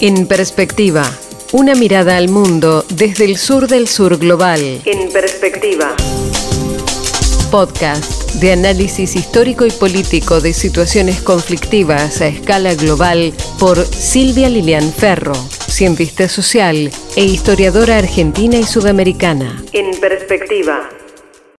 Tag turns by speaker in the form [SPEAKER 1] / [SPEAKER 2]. [SPEAKER 1] En perspectiva, una mirada al mundo desde el sur del sur global.
[SPEAKER 2] En perspectiva.
[SPEAKER 1] Podcast de análisis histórico y político de situaciones conflictivas a escala global por Silvia Lilian Ferro, cientista social e historiadora argentina y sudamericana.
[SPEAKER 2] En perspectiva.